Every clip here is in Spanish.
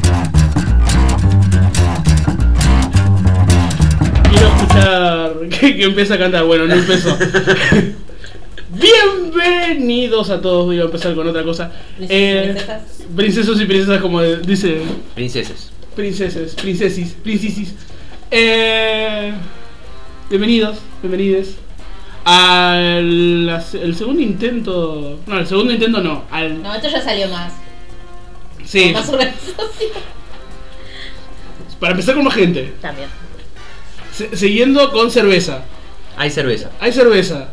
empieza a cantar. Bueno, no empezó. Bienvenidos a todos. Iba a empezar con otra cosa. Eh, Princesas. princesos y princesas, como dice. Princeses. Princeses, princesis, princesis. Eh, bienvenidos, bienvenides. Al la- el segundo intento. No, el segundo intento no. Al. No, esto ya salió más. sí, Más sobre eso, sí. para empezar con más gente. También. Se- siguiendo con cerveza. Hay cerveza. Hay cerveza.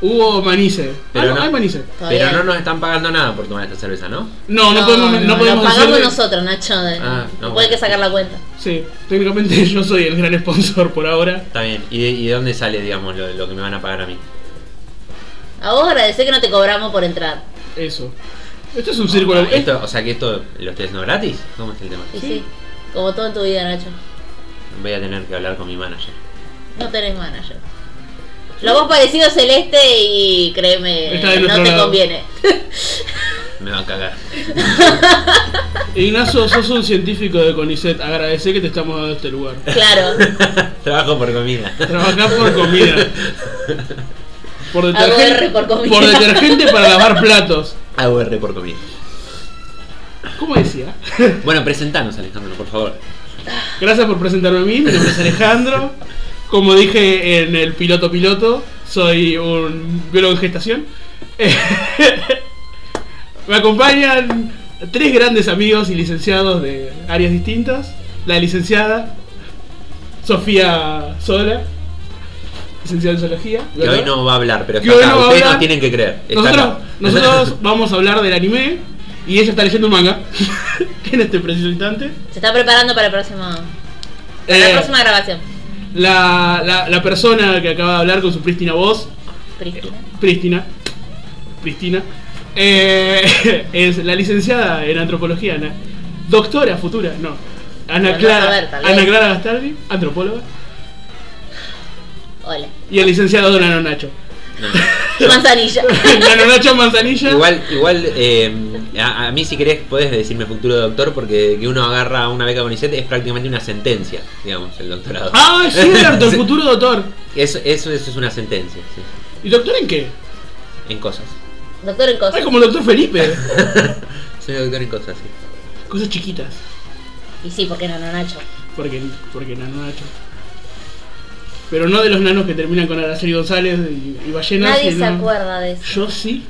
Hubo manice. Pero ah, no. hay manice. Pero Todavía. no nos están pagando nada por tomar esta cerveza, ¿no? No, no, podemos, no, podemos Lo pagamos decirle- nosotros, Nacho. de- Ah, no, no, bueno. puede que sacar la cuenta. Sí, técnicamente yo soy el gran sponsor por ahora. Está bien. ¿Y de, y de dónde sale, digamos, lo, lo que me van a pagar a mí? A vos agradecé que no te cobramos por entrar. Eso. Esto es un círculo. Ah, esto, o sea que esto lo estoy haciendo gratis. ¿Cómo es el tema? Y Sí. sí. como todo en tu vida, Nacho. Voy a tener que hablar con mi manager. No tenés manager. Lo más parecido es Celeste y créeme, Está del no otro te lado. conviene. Me va a cagar. Ignacio, sos un científico de CONICET. Agradecé que te estamos dando este lugar. Claro. Trabajo por comida. Trabajás por comida. Por detergente, AUR por comida. por detergente para lavar platos. AUR por comida. ¿Cómo decía? Bueno, presentanos, Alejandro, por favor. Gracias por presentarme a mí. Mi nombre es Alejandro. Como dije en el piloto piloto, soy un biólogo en gestación. Me acompañan tres grandes amigos y licenciados de áreas distintas. La licenciada Sofía Sola, licenciada en zoología. Que hoy no va a hablar, pero Que está hoy acá. no va a Ustedes hablar. nos tienen que creer. Está Nosotros, acá. nosotros vamos a hablar del anime y ella está leyendo un manga en este preciso instante. Se está preparando para el próximo. Para Eh, la próxima grabación. La, la, la persona que acaba de hablar con su prístina voz, Cristina. prístina, prístina, eh, es la licenciada en antropología, Ana- doctora futura, no, Ana Bueno, Clara, a ver, tal vez. Ana Clara Gastaldi, antropóloga, Hola. y el licenciado Don Ano Nacho. Manzanilla. Nano Nacho Manzanilla. Igual, igual eh, a, a mí si querés podés decirme futuro doctor porque que uno agarra una beca con ICET es prácticamente una sentencia, digamos, el doctorado. Ah, es cierto, el Sí. futuro doctor. Eso, eso, eso es una sentencia, sí, ¿Y doctor en qué? en cosas. Doctor en Ah, cosas. como el doctor Felipe. Soy doctor en cosas, sí. Cosas chiquitas. Y sí, porque no, no, Nacho. Porque, porque nano Nacho. Pero no de los nanos que terminan con Araceli González y, y ballenas. Nadie se sino- acuerda de eso. Yo sí.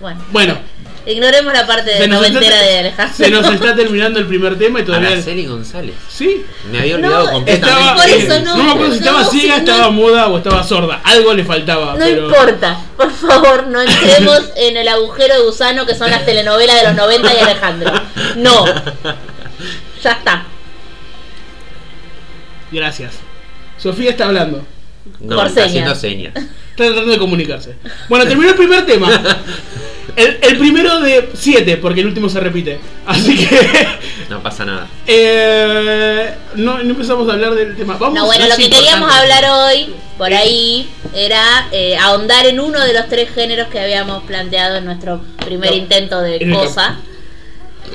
Bueno, Bueno, ignoremos la parte de noventera de Alejandro. se nos está terminando el primer tema y todavía. Araceli González. Sí. Me había olvidado No, completamente. Estaba, Por eso eh, no, me acuerdo si no, estaba si ciega, no- estaba muda o estaba sorda. Algo le faltaba. No pero- importa, por favor, no entremos en el agujero de gusano que son las telenovelas de los 90 y Alejandro. No. Ya está. Gracias. Sofía está hablando. No, Por señas. está haciendo señas. Está tratando de comunicarse. Bueno, terminó el primer tema. El, el primero de siete, porque el último se repite. Así que. No pasa nada. Eh, no, no empezamos a hablar del tema. Vamos No, bueno, es lo que importante. queríamos hablar hoy, por ahí, era eh, ahondar en uno de los tres géneros que habíamos planteado en nuestro primer No, intento de en el cosa.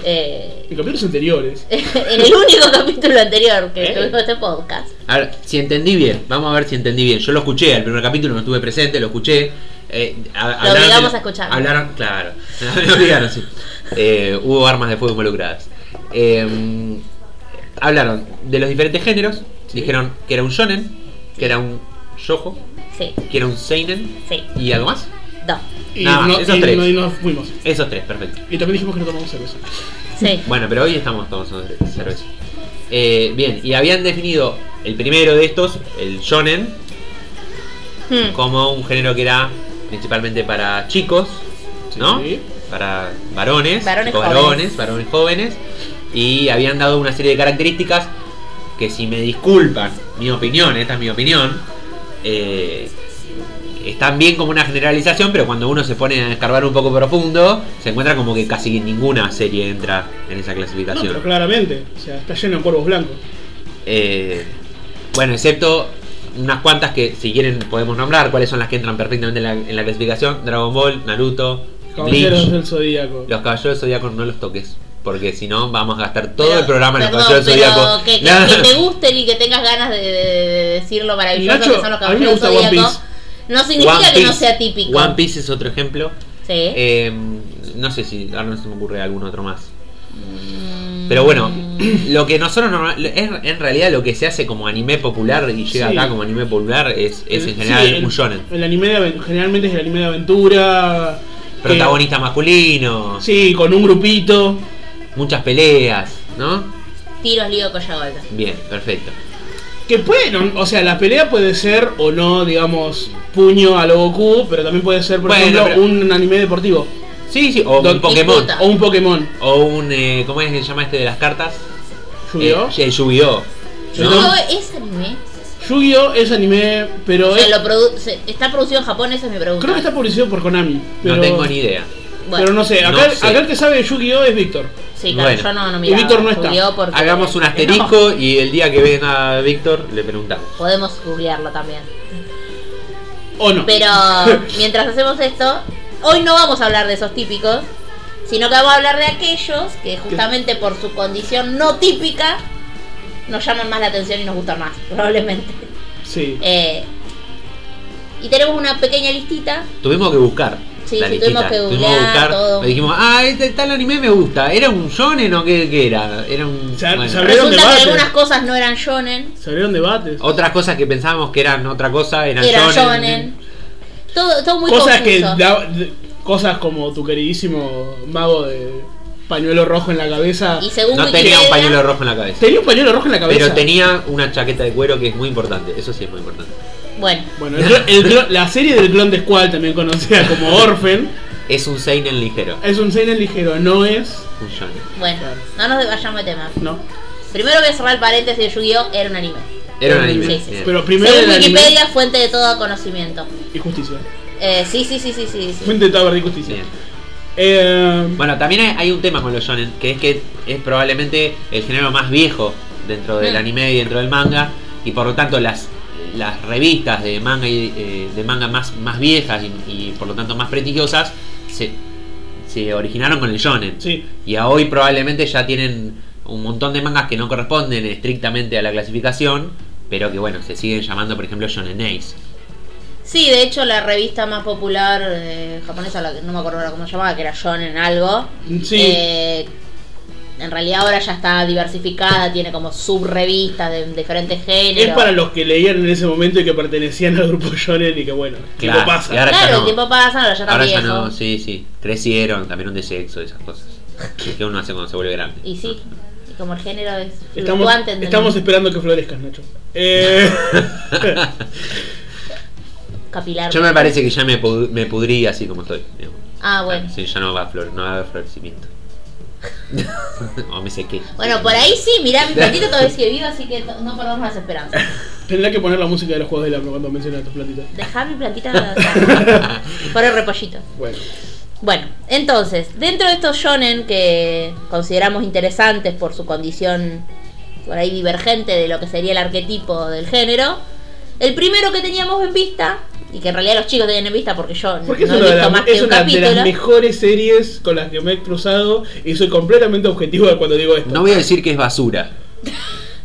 Eh, En capítulos anteriores. en el único capítulo anterior que Eh. tuvimos este podcast. A ver, si entendí bien, vamos a ver si entendí bien. Yo lo escuché, el primer capítulo no estuve presente, lo escuché. eh, a- hablaron obligamos a escuchar. Hablaron, claro. Me obligaron, sí. Eh, hubo armas de fuego involucradas. Eh, hablaron de los diferentes géneros. Dijeron que era un shonen, que era un yojo, Sí, que era un seinen sí, y algo más. dos. Y, Nada, no, esos y tres. no- y nos fuimos. Esos tres, perfecto. Y también dijimos que no tomamos cerveza. Sí. Bueno, pero hoy estamos tomando cerveza. Eh, bien, y habían definido el primero de estos, el shonen, Hmm. como un género que era principalmente para chicos, ¿no? Sí. Para varones, Varones chicos jóvenes. varones, varones jóvenes, y habían dado una serie de características que si me disculpan, mi opinión, esta es mi opinión, eh, están bien como una generalización, pero cuando uno se pone a escarbar un poco profundo, se encuentra como que casi ninguna serie entra en esa No, clasificación. pero claramente. O sea, está lleno de cuervos blancos. Eh, bueno, excepto unas cuantas que si quieren podemos nombrar, cuáles son las que entran perfectamente en la, en la clasificación. Dragon Ball, Naruto, Caballeros Bleach, del Zodíaco. los Caballeros del Zodíaco, no los toques. Porque si no, vamos a gastar todo Pero, el programa en los perdón, caballeros del pero Zodíaco. Que, que- Nada. que te gusten y que tengas ganas de, de- de decir lo maravilloso Nacho, que son los a mí me caballeros gusta One zodíacos. Piece. No significa One que no Piece. sea típico. One Piece es otro ejemplo. Sí. Eh, no sé si ahora no se me ocurre algún otro más. Mm. Pero bueno, lo que nosotros norma- es, en realidad lo que se hace como anime popular y llega Sí. acá como anime popular es, es en Sí, general el- un shonen. El anime de aven- generalmente es el anime de aventura. que- Protagonista masculino, Sí, con un grupito. muchas peleas, ¿no? Tiros, lío, colla, golda. Bien, perfecto. Que pueden, o sea, la pelea puede ser o no, digamos, puño a lo Goku, pero también puede ser, por Bueno, ejemplo, pero- un anime deportivo. Sí, sí, o Don un Pokémon. Disputa. O un Pokémon. O un. eh, ¿Cómo es que se llama este de las cartas? Yu-Gi-Oh! Eh, el Yu-Gi-Oh! No. Yo es anime. Yu-Gi-Oh! es anime, pero O sea, es- lo produ- se- está producido en Japón, esa es mi pregunta. ¿Eh? creo que está publicado por Konami. Pero, No tengo ni idea. Bueno, pero no sé, acá, No sé. acá el que sabe de Yu-Gi-Oh! es Víctor. sí, claro, Bueno. yo no, no Y miraba Víctor no está. Yu-Gi-Oh porque- Hagamos un asterisco y el día que venga Víctor le preguntamos. Podemos googlearlo también. ¿O no? Pero mientras hacemos esto, hoy no vamos a hablar de esos típicos, sino que vamos a hablar de aquellos que justamente por su condición no típica nos llaman más la atención y nos gustan más, probablemente. Sí. Eh, y tenemos una pequeña listita. Tuvimos que buscar. Sí, la sí, listita. tuvimos que googlear todo. Me dijimos, ah, este tal anime me gusta. ¿Era un shonen o qué, qué era? Era un. Se- bueno. se abrió- Abrieron Resulta que debate. algunas cosas no eran shonen, Se abrieron debates. Otras cosas que pensábamos que eran otra cosa eran, eran shonen. shonen. Todo, todo muy cosas que confuso. da- de- cosas como tu queridísimo mago de pañuelo rojo en la cabeza. Y según No tenía Wikipedia, un pañuelo rojo en la cabeza. Tenía un pañuelo rojo en la cabeza. Pero tenía una chaqueta de cuero que es muy importante. Eso sí es muy importante. Bueno, Bueno, el clon- el clon- la serie del clon de Squall, también conocida como Orphan, Es un seinen ligero. Eh. es un seinen ligero, no es. Un shonen. bueno, no nos vayamos de tema. No. Primero voy a cerrar el paréntesis de Yu-Gi-Oh! era un anime. Era un anime. Sí, sí, bien. Pero primero Según el anime Wikipedia, fuente de todo conocimiento. y justicia. Eh, sí, sí, sí, sí, sí. sí. Fuente de toda verdad y justicia. Bien. Eh, Bueno, también hay, hay un tema con los shonen, que es que es probablemente el género más viejo dentro del Mm. anime y dentro del manga, y por lo tanto las, las revistas de manga y eh, de manga más, más viejas y, y por lo tanto más prestigiosas se, se originaron con el shonen. sí. Y a hoy probablemente ya tienen un montón de mangas que no corresponden estrictamente a la clasificación, pero que bueno, se siguen llamando por ejemplo shonen ace. Sí, de hecho, la revista más popular eh, japonesa, la que no me acuerdo ahora cómo se llamaba, que era Shonen algo. Sí. eh, en realidad ahora ya está diversificada, tiene como subrevistas de diferentes géneros. Es para los que leían en ese momento y que pertenecían al grupo Shonen y que bueno, Claro, tipo pasa. y ahora- ya Claro, no. el tiempo pasa, ahora ya está Ahora ya viejo. no, sí, sí. Crecieron, también un desexo, esas cosas. Que uno hace cuando se vuelve grande. Y sí, y como el género es Estamos, fluctuante, ¿entendés? estamos esperando que florezcas, Nacho. Eh, capilar. Yo me parece que ya me, pud- me pudrí así como estoy. digamos. Ah, bueno. Sí, ya no va a flor, no va a haber florecimiento. o me sequé. Bueno, por ahí sí, mirá, mi platito todavía sigue vivo, así que to- no perdamos las esperanzas. tendrá que poner la música de los juegos del hambre cuando mencionas tus platitas. Dejá mi plantita por el repollito. Bueno, Bueno, entonces, dentro de estos shonen que consideramos interesantes por su condición por ahí divergente de lo que sería el arquetipo del género, el primero que teníamos en vista, y que en realidad los chicos tenían en vista porque yo porque es no he una, de, visto las, más es que un una de las capítulo. mejores series con las que me he cruzado y soy completamente objetivo cuando digo esto. No voy a decir que es basura.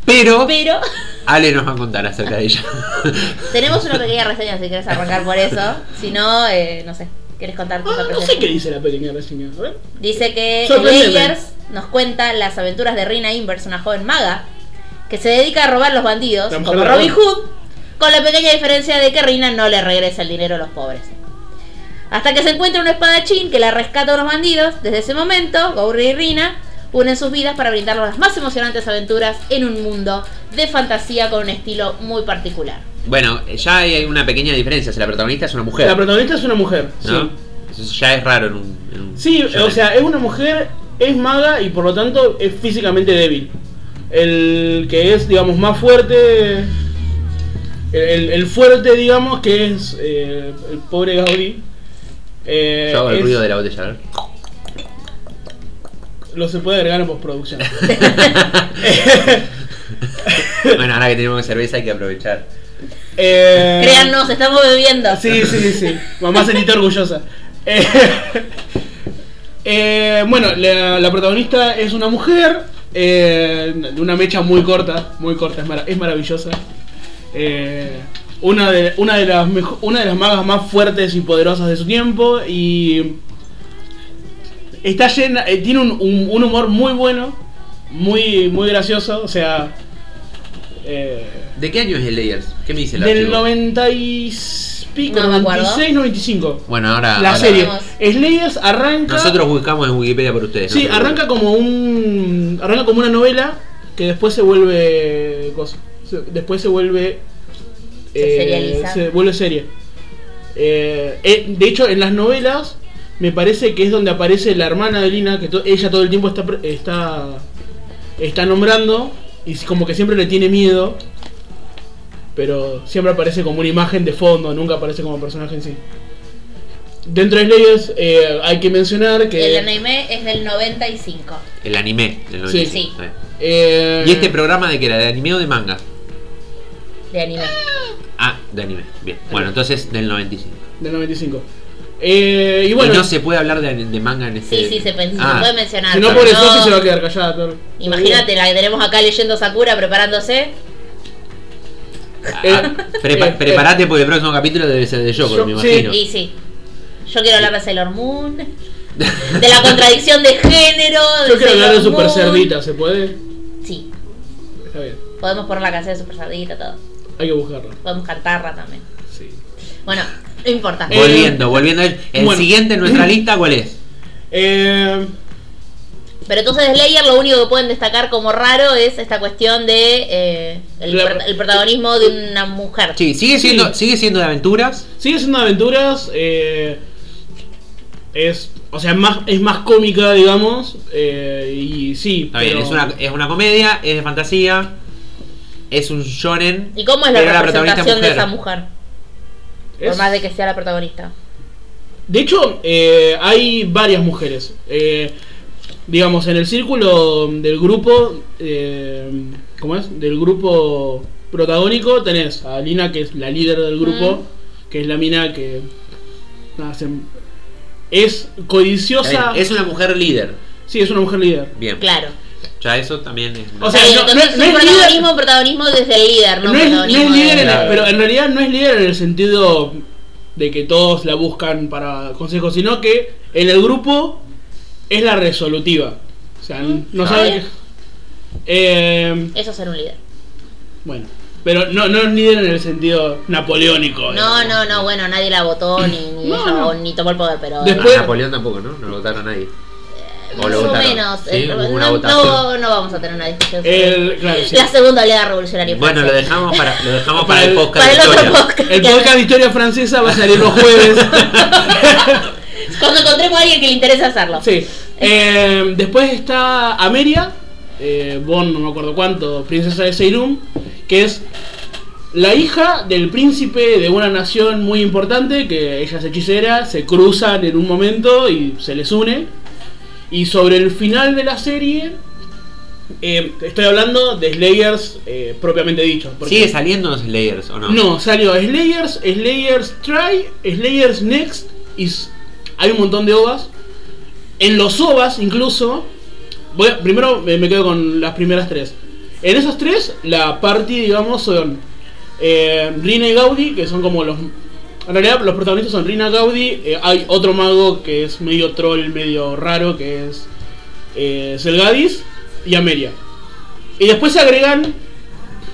Pero Pero Ale nos va a contar acerca de ella. tenemos una pequeña reseña si quieres arrancar por eso. Si no, eh, no sé, ¿quieres contar tu Ah, no sé apreciación? qué dice la pequeña reseña. A ver. Dice que Sorpréndeme. Layers nos cuenta las aventuras de Rina Inverse, una joven maga que se dedica a robar los bandidos, La mujer como de Robin Robin. Hood, con la pequeña diferencia de que Rina no le regresa el dinero a los pobres. Hasta que se encuentra un espadachín que la rescata a los bandidos, desde ese momento, Gauri y Rina unen sus vidas para brindarnos las más emocionantes aventuras en un mundo de fantasía con un estilo muy particular. Bueno, ya hay una pequeña diferencia. Si la protagonista es una mujer. La protagonista es una mujer. ¿no? Sí. Eso ya es raro en un. en un Sí, shonen. o sea, es una mujer, es maga y por lo tanto es físicamente débil. El que es, digamos, más fuerte. El, el- el fuerte, digamos, que es eh, el pobre Gaudí. eh, Yo hago el es- ruido de la botella, a ver. Lo se puede agregar en postproducción. Eh, Bueno, ahora que tenemos cerveza hay que aprovechar. Eh, Créannos, estamos bebiendo. Sí, sí, sí, sí. Mamá se siente orgullosa. Eh, Eh, bueno, la, la protagonista es una mujer eh, de una mecha muy corta, muy corta, es, mara- es maravillosa. Eh, una, de, una, de las mejo- una de las magas más fuertes y poderosas de su tiempo y está llena, eh, tiene un, un- un humor muy bueno, muy, muy gracioso, o sea... eh, ¿De qué año es el Layers? ¿Qué me dice el del archivo? 90 y s- pico, No me acuerdo. 96, 95. Bueno, ahora. la ahora- serie. vamos. Slayers arranca. Ah, Nosotros buscamos en Wikipedia por ustedes. Sí, no se arranca preocupen. como un. Arranca como una novela que después se vuelve. cosa, se- después se vuelve. eh, Se serializa. se vuelve serie. Eh, eh, de hecho, en las novelas me parece que es donde aparece la hermana de Lina, que to- ella todo el tiempo está, pre- está está nombrando y si- como que siempre le tiene miedo, pero siempre aparece como una imagen de fondo, nunca aparece como personaje en sí. Dentro de Slayers eh, hay que mencionar que El anime es del 95. El anime. del Sí. 95. Sí. Eh, ¿Y este programa de qué era? ¿De anime o de manga? De anime. Ah, de anime. Bien. Bueno, entonces del 95. Del 95. Eh, y bueno, y no se puede hablar de, de manga en este. Sí, sí, se, pen- se Ah, puede mencionar. si no pero por eso sí se va a quedar callada. todo- Imagínate, la que tenemos acá leyendo Sakura preparándose. ah, prepa- eh, preparate porque el próximo capítulo debe ser de Yoko, Yo- me sí. imagino. Y sí. Yo quiero hablar de Sailor Moon. De la contradicción de género. De Yo quiero hablar de Sailor Super Moon. Cerdita, ¿se puede? Sí. Está bien, Podemos poner la canción de Super Cerdita, todo. hay que buscarla. Podemos cantarla también. Sí. Bueno, no importa. Eh, volviendo, volviendo. El, el bueno. siguiente en nuestra lista, ¿cuál es? Eh, Pero entonces Slayer lo único que pueden destacar como raro es esta cuestión de eh, el, La- pro- el protagonismo de una mujer. Sí, sigue siendo, Sí. sigue siendo de aventuras. Sigue siendo aventuras. eh, es. O sea, más, es más cómica, digamos. eh, y sí. Está bien, pero- es, una, es una comedia, es de fantasía, es un shonen. ¿Y cómo es la pero representación de mujer. esa mujer? Por es- más de que sea la protagonista. De hecho, eh, hay varias mujeres. eh, digamos, en el círculo del grupo. eh, ¿Cómo es? Del grupo protagónico tenés a Lina, que es la líder del grupo. Que es la mina que. nada, se- es Está codiciosa. bien, Es una mujer líder. sí, es una mujer líder. Bien. Claro. Ya eso también es. O sea, Está bien, no- entonces no- no un es líder- protagonismo, protagonismo desde el líder, no, no, es, no protagonismo es líder, de- en el- Claro. pero en realidad no es líder en el sentido de que todos la buscan para consejos, sino que en el grupo es la resolutiva. O sea, no Ah, sabe bien. que- Eh, Eso es ser un líder. bueno, pero no, no es líder en el sentido napoleónico. No, digamos. no, no, bueno, nadie la votó, ni, ni No, ella, no. o ni tomó el poder, pero... Después- A Ah, Napoleón tampoco, ¿no? No lo votaron a nadie. o Eh, más lo o votaron. menos. Sí, eh, hubo una no, votación. no- no vamos a tener una discusión sobre El, claro, sí. la segunda oleada revolucionaria. Bueno, lo francesa. dejamos para, lo dejamos para Para el el- podcast Para de el otro historia. podcast. El podcast de historia francesa va a salir los jueves. Cuando encontremos a alguien que le interesa hacerlo. Sí. Eh, después está Ameria, eh, Bon, no me acuerdo cuánto, princesa de Seirum, que es la hija del príncipe de una nación muy importante, que ella es hechicera, se cruzan en un momento y se les une. Y sobre el final de la serie, eh, estoy hablando de Slayers eh, propiamente dicho. porque- ¿Sigue saliendo los Slayers o no? no, salió Slayers, Slayers Try, Slayers Next y s- hay un montón de ovas. En los ovas incluso, voy a- primero me, me quedo con las primeras tres. En esos tres, la party, digamos, son eh, Rina y Gaudi, que son como los... En realidad los protagonistas son Rina Gaudi, eh, hay otro mago que es medio troll, medio raro, que es eh, Selgadis y Amelia. Y después se agregan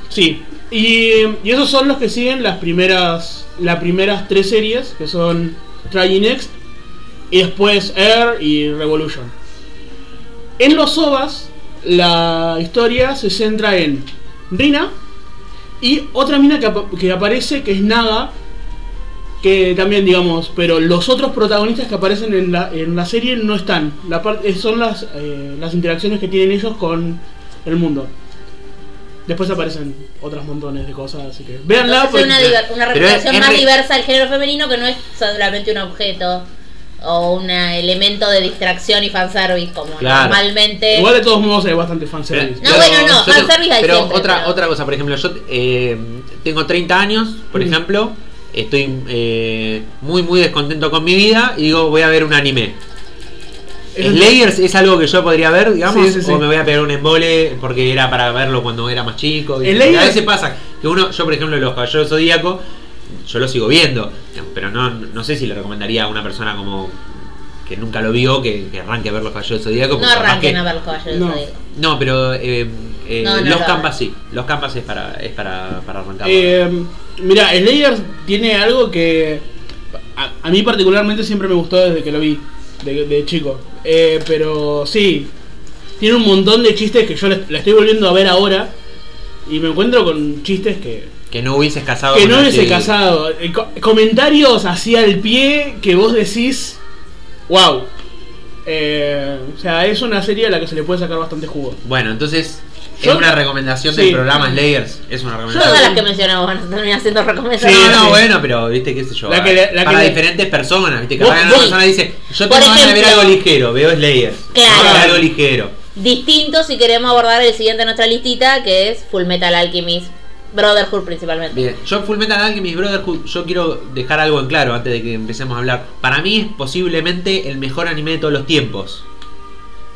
Sí. Y, y esos son los que siguen las primeras las primeras tres series, que son Try y Next, y después Air y Revolution. En los OVAs, la historia se centra en Rina y otra mina que, apa- que aparece, que es Naga, que también, digamos, pero los otros protagonistas que aparecen en la, en la serie no están. La parte son las, eh, las interacciones que tienen ellos con el mundo. Después aparecen otros montones de cosas, así que... Entonces Veanla, es una, diver- una Pero representación es- es más re- diversa del género femenino que no es solamente un objeto o un elemento de distracción y fanservice como Claro. normalmente. Igual de todos modos hay bastante fanservice. Pero- No, bueno, no, Eh, yo tengo- fanservice hay Pero siempre, otra, pero- otra cosa, por ejemplo, yo eh, tengo 30 años, por Mm. ejemplo, estoy eh, muy, muy descontento con mi vida y digo, voy a ver un anime. Es- ¿Slayers es algo que yo podría ver, digamos? Sí, sí, sí. ¿O me voy a pegar un embole porque era para verlo cuando era más chico? Y- Slayers- A veces pasa que uno, yo por ejemplo, los Caballeros Zodíaco, yo lo sigo viendo, pero no, no sé si le recomendaría a una persona como que nunca lo vio que, que arranque a ver los Caballeros Zodíaco. No porque capaz arranquen que- a ver los caballeros No. del Zodíaco. No, pero eh, eh, No, no los lo Campas sí. Los Campas es para, es para, para arrancar. Eh, mira, Slayers tiene algo que a, a mí particularmente siempre me gustó desde que lo vi, de, de chico. Eh, pero sí, tiene un montón de chistes que yo la la estoy volviendo a ver ahora y me encuentro con chistes que que no hubieses casado que con no la hubiese que- casado. Eh, co- comentarios hacia el pie que vos decís, wow. o sea, es una serie a la que se le puede sacar bastante jugo. Bueno, entonces, Yo- es una recomendación sí. del programa Slayers. Es una recomendación. Todas las que mencionamos van a terminar siendo recomendaciones. Sí, no, no, sí. bueno, pero viste, qué sé yo. La que le- la para que le- diferentes personas, viste, que Vos- una vos- persona dice, yo Por tengo ganas de ver ejemplo. algo ligero, veo Slayers. Claro. Veo algo ligero. Distinto si queremos abordar el siguiente en nuestra listita, que es Full Metal Alchemist, Brotherhood principalmente. Bien, yo Full Metal Alchemist Brotherhood, yo quiero dejar algo en claro antes de que empecemos a hablar. Para mí es posiblemente el mejor anime de todos los tiempos.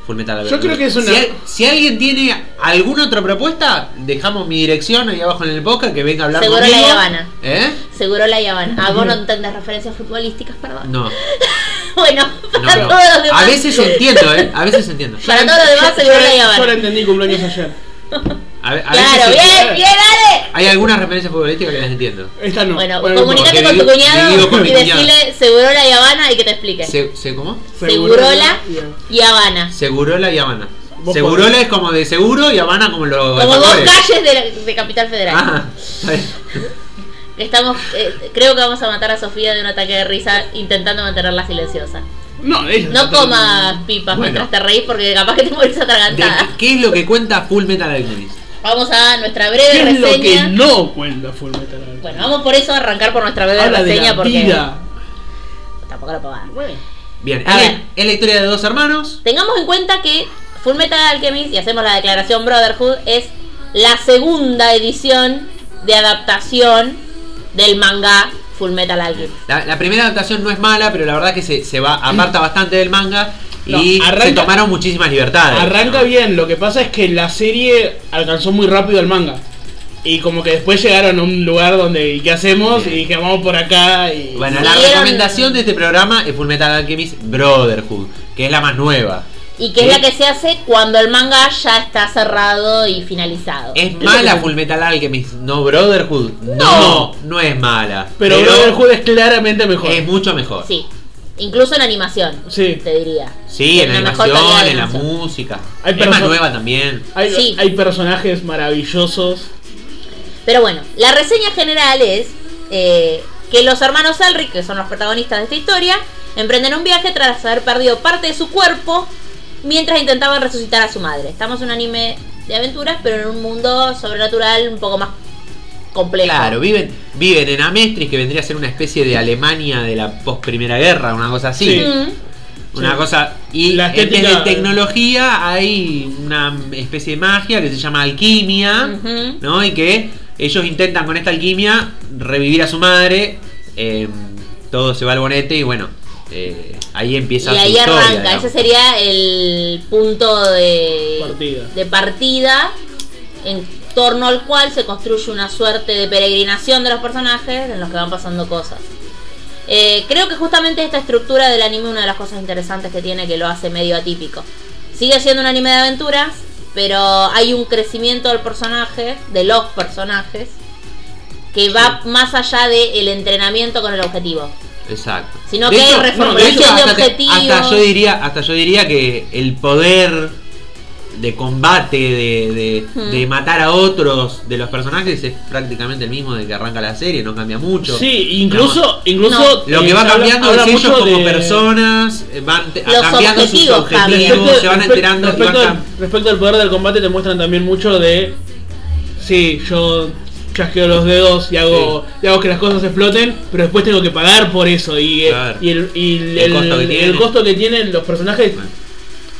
Full Metal Yo creo que es una- Si, al- si alguien tiene alguna otra propuesta, dejamos mi dirección ahí abajo en el podcast que venga a hablar Seguro la conmigo. de Habana. ¿Eh? Seguro la llevan. Ah, vos no entendés referencias futbolísticas, perdón. No, Bueno, no, para no. todos los demás. A veces entiendo, ¿eh? A veces entiendo. Para todos los demás, yo, seguro la la, yo la llevan. entendí cumpleaños ayer. A, ve- a veces Claro, sí. bien, bien, dale. Hay algunas referencias futbolísticas que las entiendo. Esta no. Bueno, Bueno, comunicate con porque tu vivo- vivo cuñado con y mi cuñado. decirle seguro la Habana y que te explique. ¿Se, se cómo? Segurola Bien. y Habana. Segurola y Habana. Vos Segurola podés. es como de seguro y Habana como los. Como dos alfajores. calles de, la- de Capital Federal. Ah, está bien. Estamos, eh, creo que vamos a matar a Sofía de un ataque de risa intentando mantenerla silenciosa. No, ella No está comas pipas Bueno. mientras te reís porque capaz que te morís De- atragantada. ¿Qué es lo que cuenta Full Metal Alchemist? Vamos a terminando. nuestra breve ¿Qué es lo que reseña. no cuenta Full Metal Alchemist? Bueno, vamos por eso a arrancar por nuestra breve Habla de reseña la porque vida. tampoco lo puedo dar. Bueno, Bien, A es, ver. es la historia de dos hermanos. Tengamos en cuenta que Full Metal Alchemist, y hacemos la declaración Brotherhood, es la segunda edición de adaptación del manga Full Metal Alchemist. La, la primera adaptación no es mala, pero la verdad que se, se va aparta bastante del manga y No, arranca- se tomaron muchísimas libertades. Ah. Arranca ¿no? bien, lo que pasa es que la serie alcanzó muy rápido el manga. Y como que después llegaron a un lugar donde, ¿y qué hacemos? Y dije, vamos por acá y... Bueno, la Siguieron- recomendación de este programa es Full Metal Alchemist Brotherhood, que es la más nueva. Y que es la ¿Sí? que se hace cuando el manga ya está cerrado y finalizado. ¿Es mala Full Metal Alchemist? No, Brotherhood. No, no, es mala. pero Brotherhood es claramente mejor. es mucho mejor. Sí. Incluso en animación, Sí. te diría. Sí, en la Tiene una mejor calidad animación, de en la animación. música. Hay es más perso- nueva también. Hay, Sí. hay personajes maravillosos. Pero bueno, la reseña general es eh, que los hermanos Elric, que son los protagonistas de esta historia, emprenden un viaje tras haber perdido parte de su cuerpo mientras intentaban resucitar a su madre. Estamos en un anime de aventuras, pero en un mundo sobrenatural un poco más complejo. Claro, viven, viven en Amestris, que vendría a ser una especie de Alemania de la post Primera Guerra, una cosa Sí. así. Mm. Una Sí. cosa. Y La en vez estética- de tecnología hay una especie de magia que se llama alquimia, Ujú. ¿no? Y que ellos intentan con esta alquimia revivir a su madre. eh, todo se va al bonete y bueno, eh, ahí empieza Y su ahí historia, arranca, digamos. ese sería el punto de Partida. de partida en torno al cual se construye una suerte de peregrinación de los personajes en los que van pasando cosas. Eh, creo que justamente esta estructura del anime es una de las cosas interesantes que tiene que lo hace medio atípico. Sigue siendo un anime de aventuras, pero hay un crecimiento del personaje, de los personajes, que va más allá del entrenamiento con el objetivo. Exacto. Sino que hay reformulación de hasta te- objetivos. hasta yo diría, hasta yo diría que el poder de combate, de, de- Hmm. de matar a otros de los personajes es prácticamente el mismo de que arranca la serie, no cambia mucho. Sí, incluso... incluso Lo que va habla- cambiando habla es ellos mucho como de- personas, eh, van te- Los cambiando sus objetivos cambian. objetivos, se van respe- enterando y respecto, van al, cam- respecto al poder del combate te muestran también mucho de sí yo chasqueo los dedos y hago y hago que las cosas exploten pero después tengo que pagar por eso y, eh, Claro. y el, y el, costo que tiene. el costo que tienen los personajes Bueno.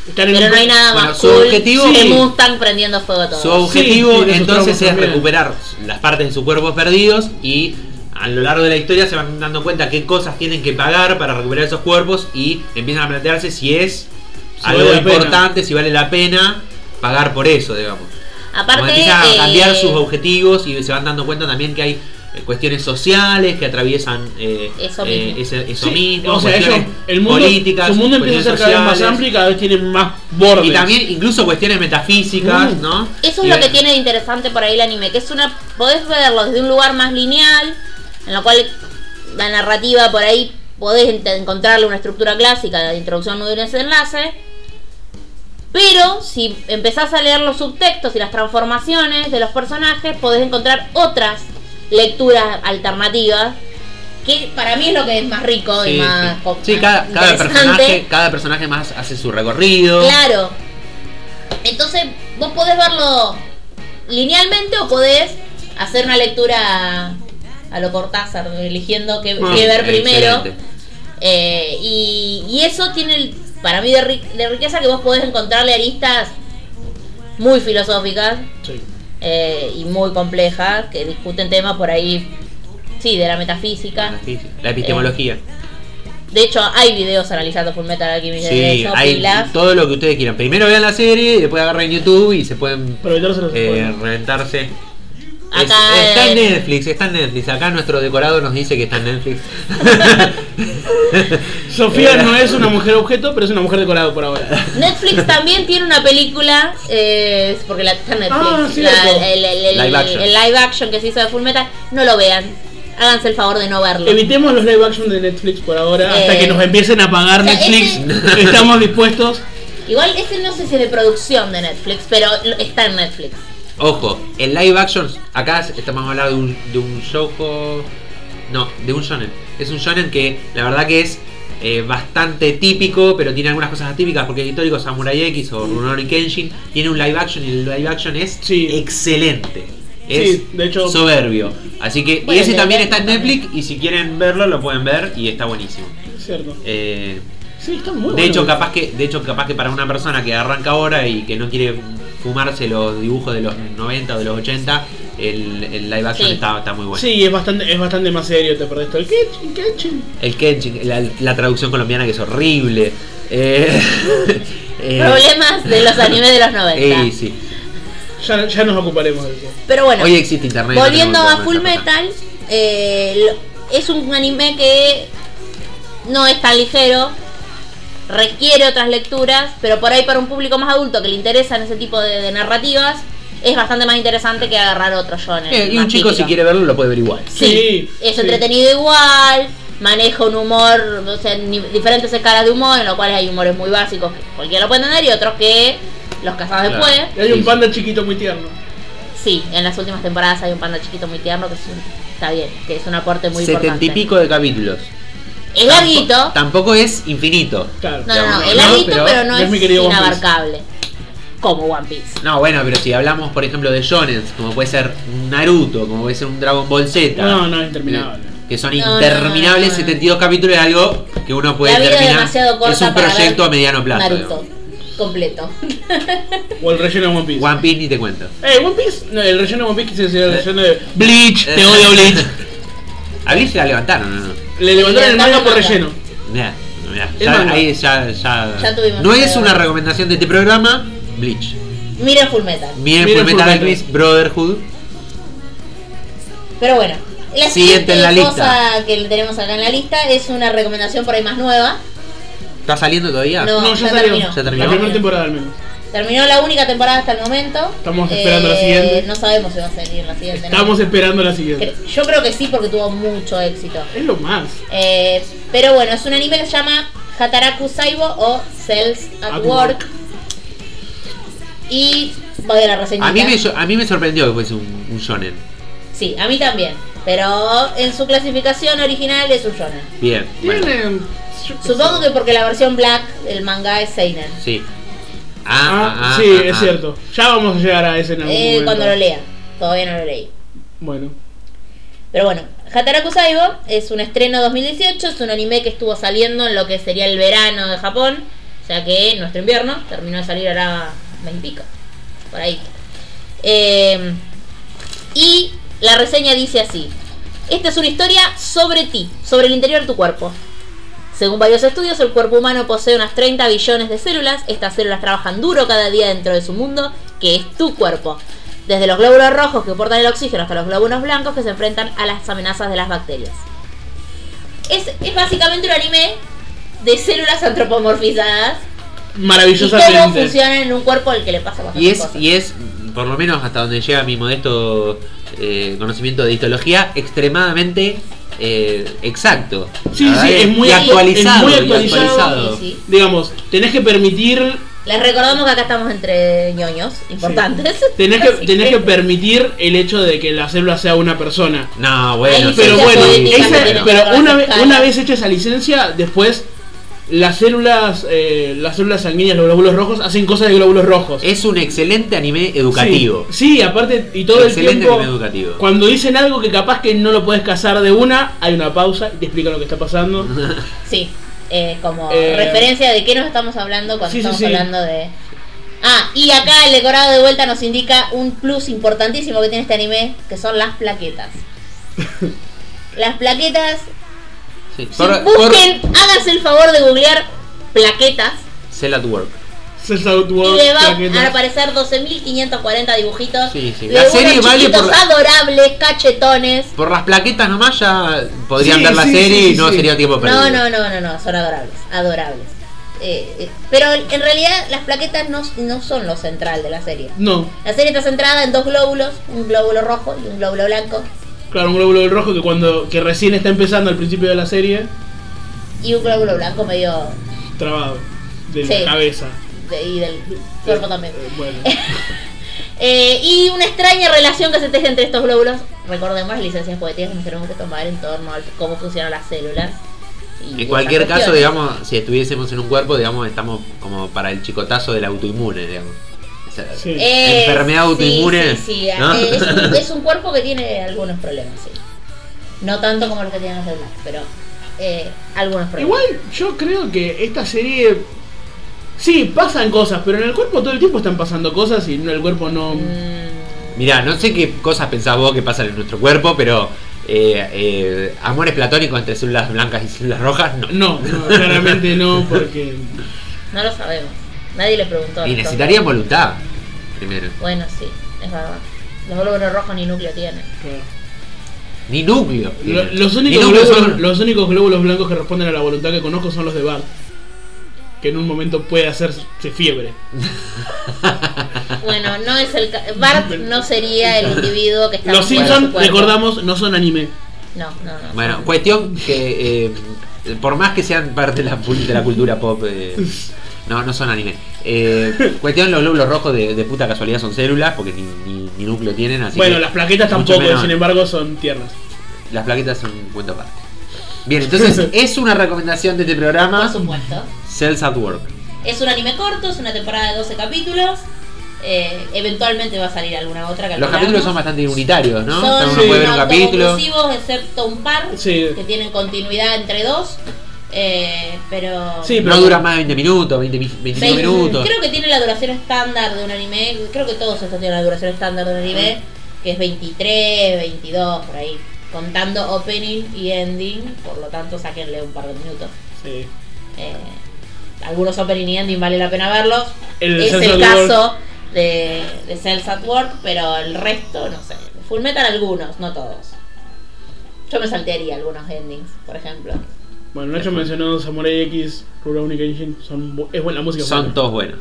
están en Pero un- no hay nada Bueno, más su cool objetivo- que Sí. Mustang prendiendo fuego todo. Su objetivo sí, de sus entonces traumas es también. recuperar las partes de su cuerpo perdidos y a lo largo de la historia se van dando cuenta qué cosas tienen que pagar para recuperar esos cuerpos y empiezan a plantearse si es Si algo vale la pena. importante, si vale la pena pagar por eso, digamos. Como Aparte, empiezan a eh, cambiar sus objetivos y se van dando cuenta también que hay eh, cuestiones sociales que atraviesan eh, Eso eh, mismo. ese- eso Sí, mismo, o sea, ellos, cuestiones el mundo, políticas, su mundo empieza a ser cuestiones cada vez más sociales, amplio y cada vez tiene más bordes. Y también incluso cuestiones metafísicas, Mm. ¿no? Eh, Eso Y es lo que bueno, tiene de interesante por ahí el anime, que es una. podés verlo desde un lugar más lineal, en la cual la narrativa por ahí podés ent- encontrarle una estructura clásica de introducción, nudo y desenlace. Pero si empezás a leer los subtextos y las transformaciones de los personajes, podés encontrar otras lecturas alternativas. Que para mí es lo que es más rico sí, y más. sí. co- Sí, más cada, cada interesante. personaje, cada personaje más hace su recorrido. Claro. Entonces, vos podés verlo linealmente o podés hacer una lectura a lo Cortázar, eligiendo qué, Ah, qué ver excelente. primero. Eh, y, y eso tiene, el- para mí, de, ri- de riqueza que vos podés encontrarle aristas muy filosóficas Sí. eh, y muy complejas, que discuten temas por ahí, sí, de la metafísica. La epistemología. De hecho, hay videos analizando Fullmetal Alchemist Eh, de Sí, eso, hay pilas. todo lo que ustedes quieran. Primero vean la serie, después agarren YouTube y se pueden Pero evitarse los eh, spoilers. reventarse. Es- Acá está en en- Netflix, está en Netflix. Acá nuestro decorado nos dice que está en Netflix. Sofía Eh, no es una mujer objeto, pero es una mujer decorada por ahora. Netflix también tiene una película, eh, es porque la está en Netflix, Ah, la- cierto. el, el- el- Live action. el live action que se hizo de Full Metal, no lo vean. Háganse el favor de no verlo. Evitemos los live action de Netflix por ahora, hasta Eh. que nos empiecen a pagar O sea, Netflix. Estamos dispuestos. Igual ese no sé si es de producción de Netflix, pero lo- está en Netflix. Ojo, el live action, acá estamos hablando de un, de un shoujo- No, de un shonen. Es un shonen que la verdad que es eh, bastante típico, pero tiene algunas cosas atípicas, porque el histórico Samurai X o Rurouni Kenshin tiene un live action y el live action es Sí. excelente. Es Sí, de hecho- soberbio. Así que, y Bueno, ese el también de está en Netflix Netflix y si quieren verlo lo pueden ver y está buenísimo. Cierto. Eh, Sí, están muy de buenos. hecho, capaz que, de hecho, capaz que para una persona que arranca ahora y que no quiere fumarse los dibujos de los 90 o de los 80, el, el live action Sí. está, está muy bueno. Sí, es bastante, es bastante más serio, te perdés todo el catching, catching. El Kenshin, la, la traducción colombiana que es horrible. Eh, eh, Problemas de los animes de los 90. eh, sí. Ya, ya nos ocuparemos de eso. Pero bueno, Hoy existe internet. no volviendo tenemos a que Full poner esa Metal, eh, lo- es un anime que no es tan ligero, requiere otras lecturas, pero por ahí para un público más adulto que le interesan ese tipo de, de narrativas, es bastante más interesante que agarrar otro shonen. cosa. Eh, y un más chico si típico. quiere verlo lo puede ver igual. Sí, Sí, es sí. entretenido igual, maneja un humor, o sea, ni- diferentes escalas de humor, en los cuales hay humores muy básicos que cualquiera lo puede entender y otros que los casados Claro. después. Y hay Sí. un panda chiquito muy tierno. Sí, en las últimas temporadas hay un panda chiquito muy tierno que es un- está bien, que es un aporte muy Setenta importante. y pico de capítulos. Es larguito. Tampo- Tampoco es infinito. Claro. No, no, no, Digamos, es ¿no? larguito, Pero- pero, no, no es es, mi querido One Piece. inabarcable. Como One Piece. No, bueno, pero si hablamos, por ejemplo, de shonen, como puede ser Naruto, como puede ser un Dragon Ball Z. eh, No, no, interminable. Que son No, no, interminables, no, no, no. 72 capítulos es algo que uno puede La vida es terminar. demasiado corta es un para proyecto ver a mediano plazo. Naruto. Completo. O el relleno de One Piece. digamos. One Piece ni te cuento. Eh, One Piece, no, el relleno de One Piece quise decir el Eh. relleno de Bleach, te Eh. odio Bleach. A Bleach la levantaron, ¿no? no. Le levantaron el manga por relleno. Mirá, mirá, El ya- manga. ahí ya, ya- Ya tuvimos no que es ver. una recomendación de este programa, Bleach. Miren Full Metal. Miren Miren Fullmetal Fullmetal. Alchemist, Brotherhood. Pero bueno, la Siguiente siguiente en la cosa que le tenemos acá en la lista es una recomendación por ahí más nueva. ¿Está saliendo todavía? No, No, ya, ya salió. terminó. Ya terminó. La primera temporada al menos. Terminó la única temporada hasta el momento. Eh, Estamos esperando la siguiente. No sabemos si va a salir la siguiente. ¿no? Estamos esperando la siguiente. Cre- Yo creo que sí porque tuvo mucho éxito. Es lo más. Eh, pero bueno, es un anime que se llama Hataraku Saibo o Cells at, At Work. Work. Y voy a la reseñita. A mí, me, so- a mí me sorprendió que fuese un, un shonen. Sí, a mí también. Pero en su clasificación original es un shonen. Bien. bueno. Tienen. yo qué Supongo sé. que porque la versión black del manga es seinen. Sí. Ah, Ah, ah, sí, ah, es ah. cierto. Ya vamos a llegar a ese en algún Eh, momento. cuando lo lea. Todavía no lo leí. Bueno. Pero bueno, Hataraku Saibo es un estreno 2018, es un anime que estuvo saliendo en lo que sería el verano de Japón, o sea que nuestro invierno terminó de salir ahora 20 y pico, por ahí. Eh, y la reseña dice así, esta es una historia sobre ti, sobre el interior de tu cuerpo. Según varios estudios, el cuerpo humano posee unas 30 billones de células. Estas células trabajan duro cada día dentro de su mundo, que es tu cuerpo. Desde los glóbulos rojos que portan el oxígeno hasta los glóbulos blancos que se enfrentan a las amenazas de las bacterias. Es, es básicamente un anime de células antropomorfizadas. Y cómo Maravillosamente. funciona en un cuerpo al que le pasa cualquier Y es, cosa. y es, por lo menos hasta donde llega mi modesto eh, conocimiento de histología, extremadamente eh, exacto. Sí, La verdad sí, que- es muy y actu- actualizado. es muy y actualizado. Sí, sí. Digamos, tenés que permitir Les recordamos que acá estamos entre ñoños importantes. tenés que, Así tenés que permitir el hecho de que la célula sea una persona. No, bueno, Ahí sí, Pero sí, bueno, sí, política esa- que sí, tiene. no. pero una, ve- Claro. una vez hecha esa licencia, después las células eh, las células sanguíneas, los glóbulos rojos, hacen cosas de glóbulos rojos. es un excelente anime educativo. Sí, sí, aparte, y todo el Excelente tiempo, anime educativo. cuando dicen algo que capaz que no lo puedes cazar de una, hay una pausa y te explican lo que está pasando. Sí, eh, como Eh, referencia de qué nos estamos hablando cuando sí, sí, estamos sí. hablando de... Ah, y acá el decorado de vuelta nos indica un plus importantísimo que tiene este anime, que son las plaquetas. las plaquetas, Sí, si por- por- busquen, háganse el favor de googlear plaquetas Cell at Work. Cells Out y World, le van a plaquetas. aparecer 12.540 dibujitos Sí, sí. de La unos serie vale chiquitos por- adorables, cachetones. Por las plaquetas nomás ya podrían Sí, ver la sí, serie sí, sí, y no sí. sería tiempo perdido. No, no, no, no, no, son adorables, adorables. Eh, eh, pero en realidad las plaquetas no, no son lo central de la serie. No, La serie está centrada en dos glóbulos, un glóbulo rojo y un glóbulo blanco, claro, un glóbulo del rojo que cuando que recién está empezando al principio de la serie, y un glóbulo blanco medio trabado de Sí. la cabeza. de, y del cuerpo también. Eh, bueno. Eh, y una extraña relación que se teje entre estos glóbulos. Recordemos las licencias poéticas que nos tenemos que tomar en torno a cómo funcionan las células. y En cualquier estas caso, cuestiones. digamos, si estuviésemos en un cuerpo, digamos, estamos como para el chicotazo del autoinmune, digamos. O sea, Sí. Eh, Enfermedad sí, autoinmune, Sí, sí, ¿no? eh, es, un, es un cuerpo que tiene algunos problemas, sí. No tanto como los que tienen los demás, pero eh, algunos problemas. Igual yo creo que esta serie sí pasan cosas, pero en el cuerpo todo el tiempo están pasando cosas y no- el cuerpo no. Mm, Mirá, no sé qué cosas pensás vos que pasan en nuestro cuerpo, pero eh, eh, amores platónicos entre células blancas y células rojas, no. No, no, claramente no, porque no lo sabemos. Nadie le preguntó. a Y los necesitarían doctores. voluntad, primero. Bueno, sí, es verdad. Los glóbulos rojos ni núcleo tienen. claro. Ni Lo- núcleo. tienen. los, Ni únicos núcleo glóbulos, son- los únicos glóbulos blancos que responden a la voluntad que conozco son los de Bart, que en un momento puede hacerse fiebre. Bueno, no es el ca- Bart no sería el individuo que está Los fuera de su Simpsons, cuerpo. recordamos, no son anime. No, no, no. Bueno, cuestión que eh, por más que sean parte de la, pul- de la cultura pop, eh, no, no son anime. Eh, cuestión los glóbulos rojos de, de puta casualidad son células, porque ni, ni- ni núcleo tienen, así bueno, que las plaquetas mucho tampoco, menos. sin em- embargo, son tiernas. las plaquetas son un cuento aparte. Bien, entonces es una recomendación de este Por programa, supuesto. Cells at Work. Es un anime corto, es una temporada de 12 capítulos. Eh, eventualmente va a salir alguna otra que Los hablamos. capítulos son bastante unitarios, ¿no? Son Uno puede ver un capítulo. autoconclusivos, excepto un par Sí. que tienen continuidad entre dos. Eh, pero. Sí, No dura más de 20 minutos, 20, mi- 25 Veinte- minutos. Creo que tiene la duración estándar de un anime. Creo que todos estos tienen la duración estándar de un anime. Ah. Que es 23, 22, por ahí. Contando opening y ending. Por lo tanto, sáquenle un par de minutos. Sí. Eh, algunos opening y ending vale la pena verlos. El de es Cells el at Work. caso de, de Cells at Work, pero el resto, no sé. Full Metal algunos, no todos. Yo me saltearía algunos endings, por ejemplo. Bueno, Nacho mencionó Samurai X, Rurouni Kenshin, son bu- es buena música. Son buena. todos buenos.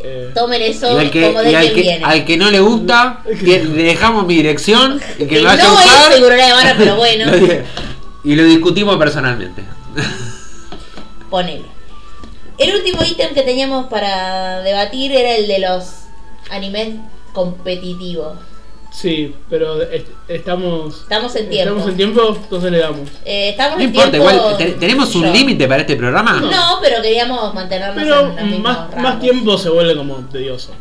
Eh, Tomen eso Y al que, como de y al quien que- viene. al que no le gusta, que- le dejamos mi dirección y que Que me vaya a no buscar. es seguridad de barra, pero bueno, Lo di- y lo discutimos personalmente. ponele. El último ítem que teníamos para debatir era el de los animes competitivos. Sí, pero est- estamos. Estamos en tiempo. Estamos en tiempo, entonces le damos. Eh, estamos No en importa, tiempo- igual te- tenemos un yo. límite para este programa. No, pero queríamos mantenernos Pero en los mismos más, rangos. más tiempo se vuelve como tedioso.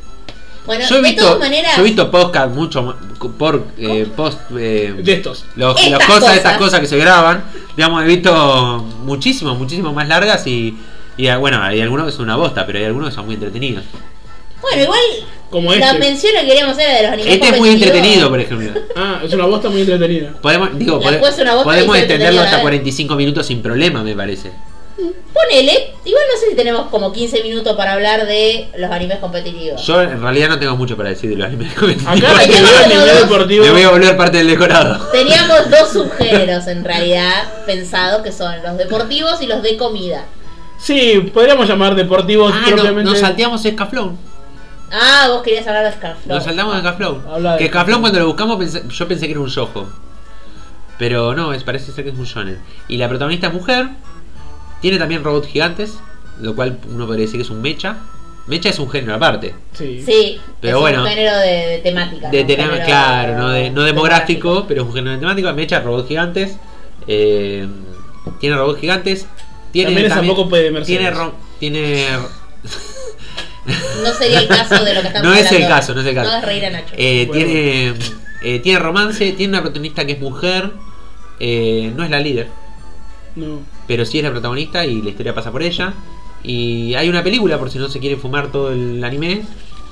Bueno, Yo he de visto, todas maneras, yo he visto podcast mucho más- por eh, post eh, De estos. los, Estas las cosas, cosas. estas cosas que se graban, digamos, he visto muchísimo, muchísimo más largas y, y ah, bueno, hay algunos que son una bosta, pero hay algunos que son muy entretenidos. Bueno, igual Como la este. mención que queríamos hacer era de los animales. Este es muy entretenido, por ejemplo. Ah, es una bosta muy entretenida. Podemos, digo, La pode- puedes una bosta y podemos se extenderlo entretenía, hasta ¿eh? 45 minutos sin problema, me parece. Ponele, igual no sé si tenemos como 15 minutos para hablar de los animes competitivos. Yo en realidad no tengo mucho para decir de los animes Acá competitivos. la que Teníamos veo a nivel los- deportivo. Me voy a volver parte del decorado. Teníamos dos subgéneros en realidad pensados que son los deportivos y los de comida. Sí, podríamos llamar deportivos Ah, no, propiamente. nos salteamos Scaflón. Ah, vos querías hablar de Scarflow. Nos saltamos Ah, de Habla Scaflón. de- Que Scaflón cuando lo buscamos pensé- yo pensé que era un yojo. Pero no, es, parece ser que es un shonen. Y la protagonista es mujer. Tiene también robots gigantes. Lo cual uno podría decir que es un mecha. Mecha es un género aparte. Sí. Sí, Pero es bueno. un género de, de temática. De ¿no? tema- Género claro, no, de- no demográfico, demográfico. pero es un género de temática. Mecha, robots gigantes. eh, tiene robots gigantes. Tiene También es a poco pues, de Mercedes. tiene, ro- tiene No sería el caso de lo que estamos No es hablando. el caso, no es el caso. No es reír a Nacho. eh, Bueno. tiene eh, tiene romance, tiene una protagonista que es mujer, eh, no es la líder, No. pero sí es la protagonista y la historia pasa por ella. Y hay una película por si no se quieren fumar todo el anime.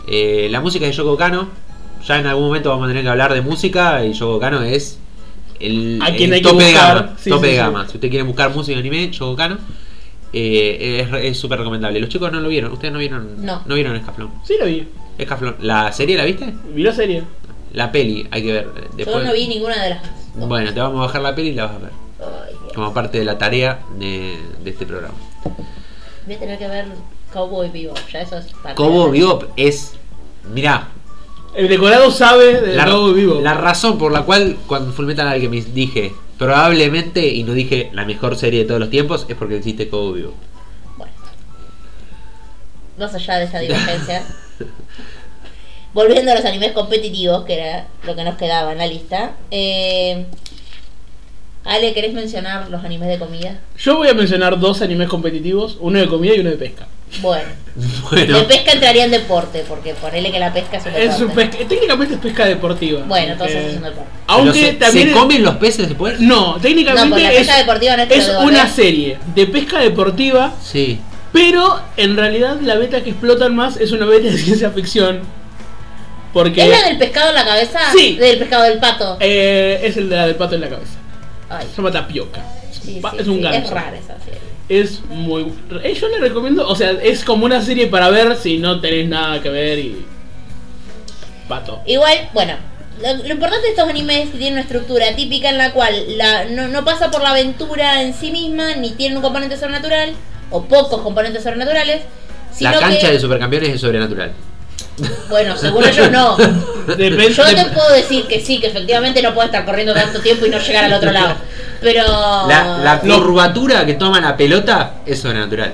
eh, la música de Yoko Kano. Ya en algún momento vamos a tener que hablar de música y Yoko Kano es el, A quien el hay que tope de buscar. gama. Sí, tope sí, sí. de gama. Si usted quiere buscar música de anime, Yoko Kano. eh, es re- es súper recomendable. Los chicos no lo vieron. Ustedes no vieron. No. No vieron Escaflón. Sí lo vi. Escaflón. ¿La serie la viste? Vi la serie. La peli, hay que ver. eh, Después... Yo no vi ninguna de las dos. Bueno, te vamos a bajar la peli y la vas a ver. Ay, Dios. Como parte de la tarea de, de este programa. Voy a tener que ver Cowboy Bebop, ya eso es parte Cobo de- Bebop es. Mirá, El decorado sabe de la, Robo Vivo. la razón por la cual cuando Fullmetal Alchemist dije probablemente y no dije la mejor serie de todos los tiempos es porque existe Cobo Bebop. Bueno. Más allá de esta divergencia. Volviendo a los animes competitivos, que era lo que nos quedaba en la lista. eh, Ale, ¿querés mencionar los animes de comida? Yo voy a mencionar dos animes competitivos, uno de comida y uno de pesca. Bueno, Bueno, de pesca entraría en deporte, porque ponele que la pesca es un deporte. Es un pesca, técnicamente es pesca deportiva. Bueno, entonces Eh, es un deporte. pero Aunque se, también ¿se es- comen los peces después? No, técnicamente No, porque la es, pesca deportiva no es que es lo ¿eh? devolvés. una serie de pesca deportiva, Sí. pero en realidad la beta que explotan más es una beta de ciencia ficción. Porque ¿Es la del pescado en la cabeza? Sí. Del pescado del pato. eh, es el de la del pato en la cabeza. Ay, Se llama tapioca. sí, Pa- sí, es un sí, ganso. Es rara esa serie. Es muy. eh, Yo le recomiendo. O sea, es como una serie para ver si no tenés nada que ver y. Pato. Igual, bueno, lo, lo importante de estos animes es que tienen una estructura típica en la cual la- no, no pasa por la aventura en sí misma, ni tienen un componente sobrenatural, o pocos componentes sobrenaturales, sino La cancha que, de supercampeones es sobrenatural. bueno, según ellos no. Depende. Yo te de- puedo decir que sí, que efectivamente no puedo estar corriendo tanto tiempo y no llegar al otro lado. Pero... La, la No. curvatura que toma la pelota es sobrenatural.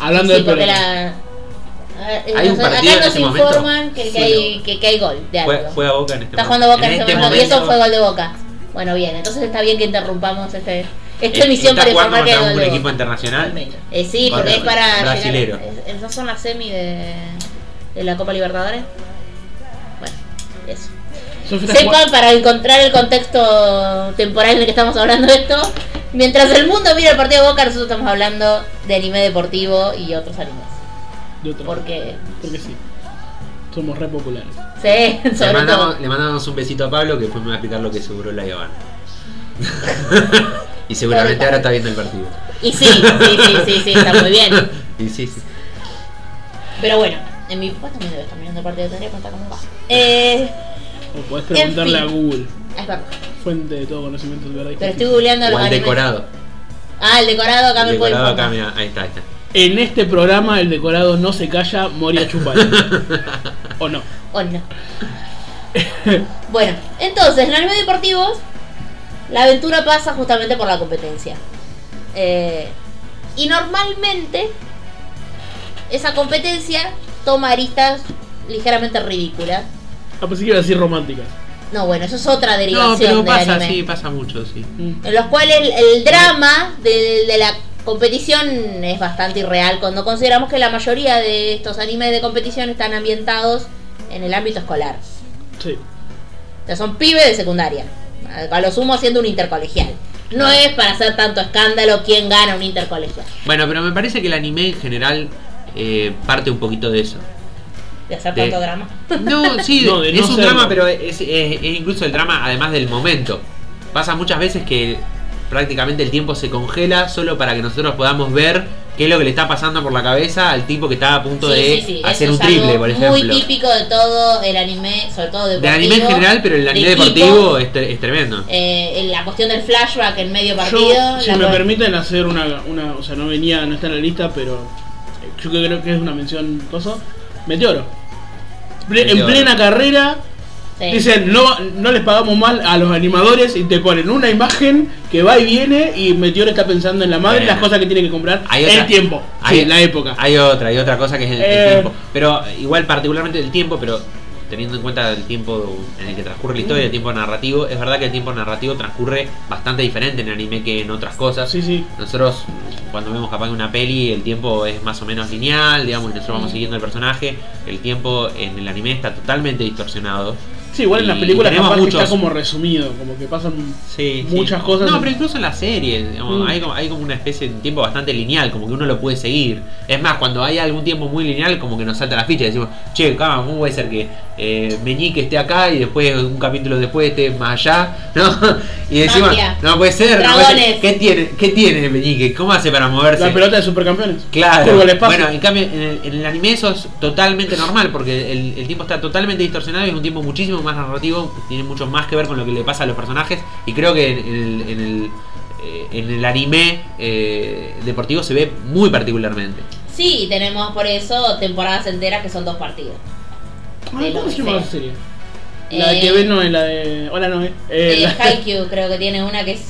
Hablando Sí, de. porque pelota. la... ah, eh, Hay un nos- acá partido en nos ese momento. informan que, que Sí, hay, que, que hay gol de algo. Fue, fue a Boca en este Está jugando momento. Boca en En este este momento, y eso momento- fue gol de Boca. Bueno, bien, entonces está bien que interrumpamos este, esta Eh, emisión está para jugando informar que contra hay gol un de equipo Boca. internacional. Eh, sí, Para- porque es para brasilero. llegar- es- esas son las semi de, de la Copa Libertadores. Bueno, eso. Sofi, ¿estás Sepan para encontrar el contexto temporal en el que estamos hablando de esto. Mientras el mundo mira el partido de Boca, nosotros estamos hablando de anime deportivo y otros animes. jugando- de otra. Porque, Porque sí. Somos re populares. sí, Le sobre todo. mandamos, le mandamos un besito a Pablo que después me va a explicar lo que seguro la Habana. y seguramente ahora está viendo el partido. Y sí, sí, sí, sí, sí, está muy bien. Y sí, sí. Pero bueno, en mi papá también debe estar mirando el partido, tendría que preguntar cómo va. Eh, O podés preguntarle En a fin. Google. es verdad. Fuente de todo conocimiento de verdad. y Pero estoy justicia. googleando O los al animes. decorado. Ah, el decorado acá El me puede decorado informar. acá, mira, ahí está, ahí está. En este programa el decorado no se calla, Moria Chupala. ¿O no? O no. bueno, entonces, en animes deportivos, la aventura pasa justamente por la competencia. Eh, y normalmente, esa competencia toma aristas ligeramente ridículas. Ah, pensé que iba a decir románticas. No, bueno, eso es otra derivación No, pero del pasa, anime. sí, pasa mucho, sí. Mm. en los cuales el, el drama de, de la competición es bastante irreal cuando consideramos que la mayoría de estos animes de competición están ambientados en el ámbito escolar. Sí. O sea, son pibes de secundaria, a, a lo sumo haciendo un intercolegial. No es para hacer tanto escándalo quién gana un intercolegial. Bueno, pero me parece que el anime en general eh, parte un poquito de eso. de hacer De- tanto drama. No, sí, No, de es no un serlo. drama, pero es, es- es incluso el drama además del momento. Pasa muchas veces que prácticamente el tiempo se congela solo para que nosotros podamos ver qué es lo que le está pasando por la cabeza al tipo que está a punto Sí, de sí, sí, hacer eso un es algo triple, por ejemplo. Muy típico de todo el anime, sobre todo deportivo. Del anime en general, pero el de anime equipo, deportivo es, tre- es tremendo. eh, en la cuestión del flashback en medio partido. Yo, si la me cu- permiten hacer una, una. O sea, no venía, no está en la lista, pero. eh, Yo que creo que es una mención cosa. Meteoro. Ple- En Meteoro. plena carrera. sí. Dicen, no, no les pagamos mal a los animadores y te ponen una imagen que va y viene y Meteoro está pensando en la madre, Bueno. las cosas que tiene que comprar, Hay el otra- tiempo, hay- sí, la época. Hay otra, hay otra cosa que es el, el Eh. tiempo. Pero igual particularmente el tiempo, pero teniendo en cuenta el tiempo en el que transcurre la historia, el tiempo narrativo, es verdad que el tiempo narrativo transcurre bastante diferente en el anime que en otras cosas. Sí, sí. Nosotros cuando vemos capaz que una peli el tiempo es más o menos lineal, digamos, y nosotros vamos Mm. siguiendo el personaje, el tiempo en el anime está totalmente distorsionado. Sí, igual en las Y películas tenemos capaz que está muchos- como resumido, como que pasan Sí, muchas sí. cosas. No, pero incluso en las series, digamos, Mm. hay, como, hay como una especie de tiempo bastante lineal, como que uno lo puede seguir. Es más, cuando hay algún tiempo muy lineal, como que nos salta la ficha y decimos, che, cama, ¿cómo puede ser que eh, Meñique esté acá y después, un capítulo después, esté más allá? ¿No? Y decimos, Magia. no puede ser, no puede ser. Dragones. ¿Qué tiene, ¿Qué tiene Meñique? ¿Cómo hace para moverse? la pelota de supercampeones. Claro. Fútbol espacio. Bueno, en cambio, en el, en el anime eso es totalmente normal, porque el, el tiempo está totalmente distorsionado y es un tiempo muchísimo más narrativo, tiene mucho más que ver con lo que le pasa a los personajes, y creo que en, el, en el, eh, en el anime eh, deportivo se ve muy particularmente. Sí, tenemos por eso temporadas enteras que son dos partidos. Ay, ¿Cómo se llama Sí. esa serie? La Eh, que ve no es la de. Hola no Eh, Eh, la- Haikyuu creo que tiene una que es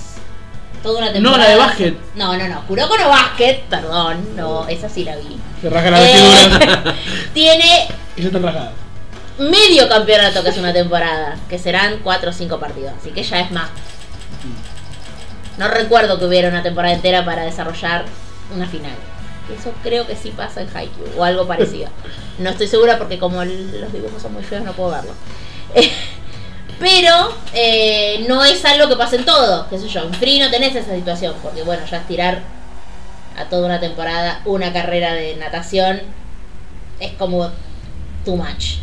toda una No, temporada. la de básquet. No, no, no. Kuroko no Basket, perdón. No, esa sí la vi. Se rasga la Eh, vestidura tiene y ya están rasgadas. medio campeonato que es una temporada, que serán 4 o 5 partidos, así que ya es más. No recuerdo que hubiera una temporada entera para desarrollar una final. Eso creo que sí pasa en Haikyuu o algo parecido. No estoy segura porque como el- los dibujos son muy feos no puedo verlo. Pero eh, no es algo que pase en todo, qué sé yo, en Free no tenés esa situación, porque bueno, ya estirar a toda una temporada una carrera de natación es como too much.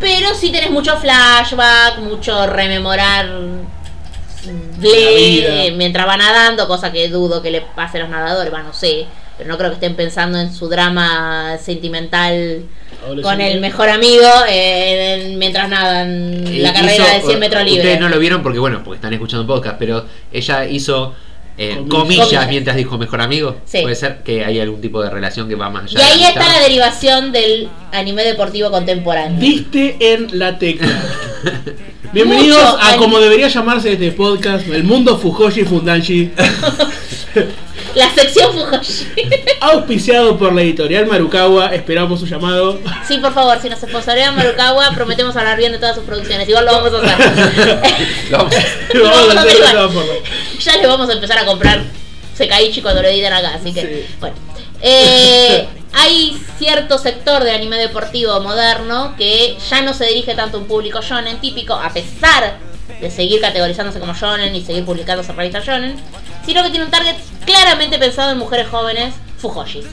Pero sí tenés mucho flashback, mucho rememorar mm, vida. eh, mientras van nadando, cosa que dudo que le pase a los nadadores, va, no sé, pero no creo que estén pensando en su drama sentimental con el mejor amigo eh, en- mientras nadan la Eh, carrera hizo- de 100 metros Ustedes libres. no lo vieron porque, bueno, porque están escuchando podcast, pero ella hizo eh, Comillas. comillas, Comillas. mientras dijo mejor amigo. Sí. Puede ser que hay algún tipo de relación que va más allá. Y de ahí está amistad. la derivación del anime deportivo contemporáneo. Diste en la tecla. Bienvenidos Mucho a anime. como debería llamarse este podcast, el mundo Fujoshi Fundanshi, La sección Fujoshi. auspiciado por la editorial Marukawa, esperamos su llamado. Sí, por favor, si nos sponsorean Marukawa, prometemos hablar bien de todas sus producciones. Igual lo vamos a hacer. Lo vamos a- Lo vamos a hacer de todas formas. ya le vamos a empezar a comprar Sekaichi cuando lo editen acá, así que Sí. bueno. Eh, hay cierto sector de anime deportivo moderno que ya no se dirige tanto a un público shonen típico, a pesar de seguir categorizándose como shonen y seguir publicándose en revistas shonen, sino que tiene un target claramente pensado en mujeres jóvenes fujoshis.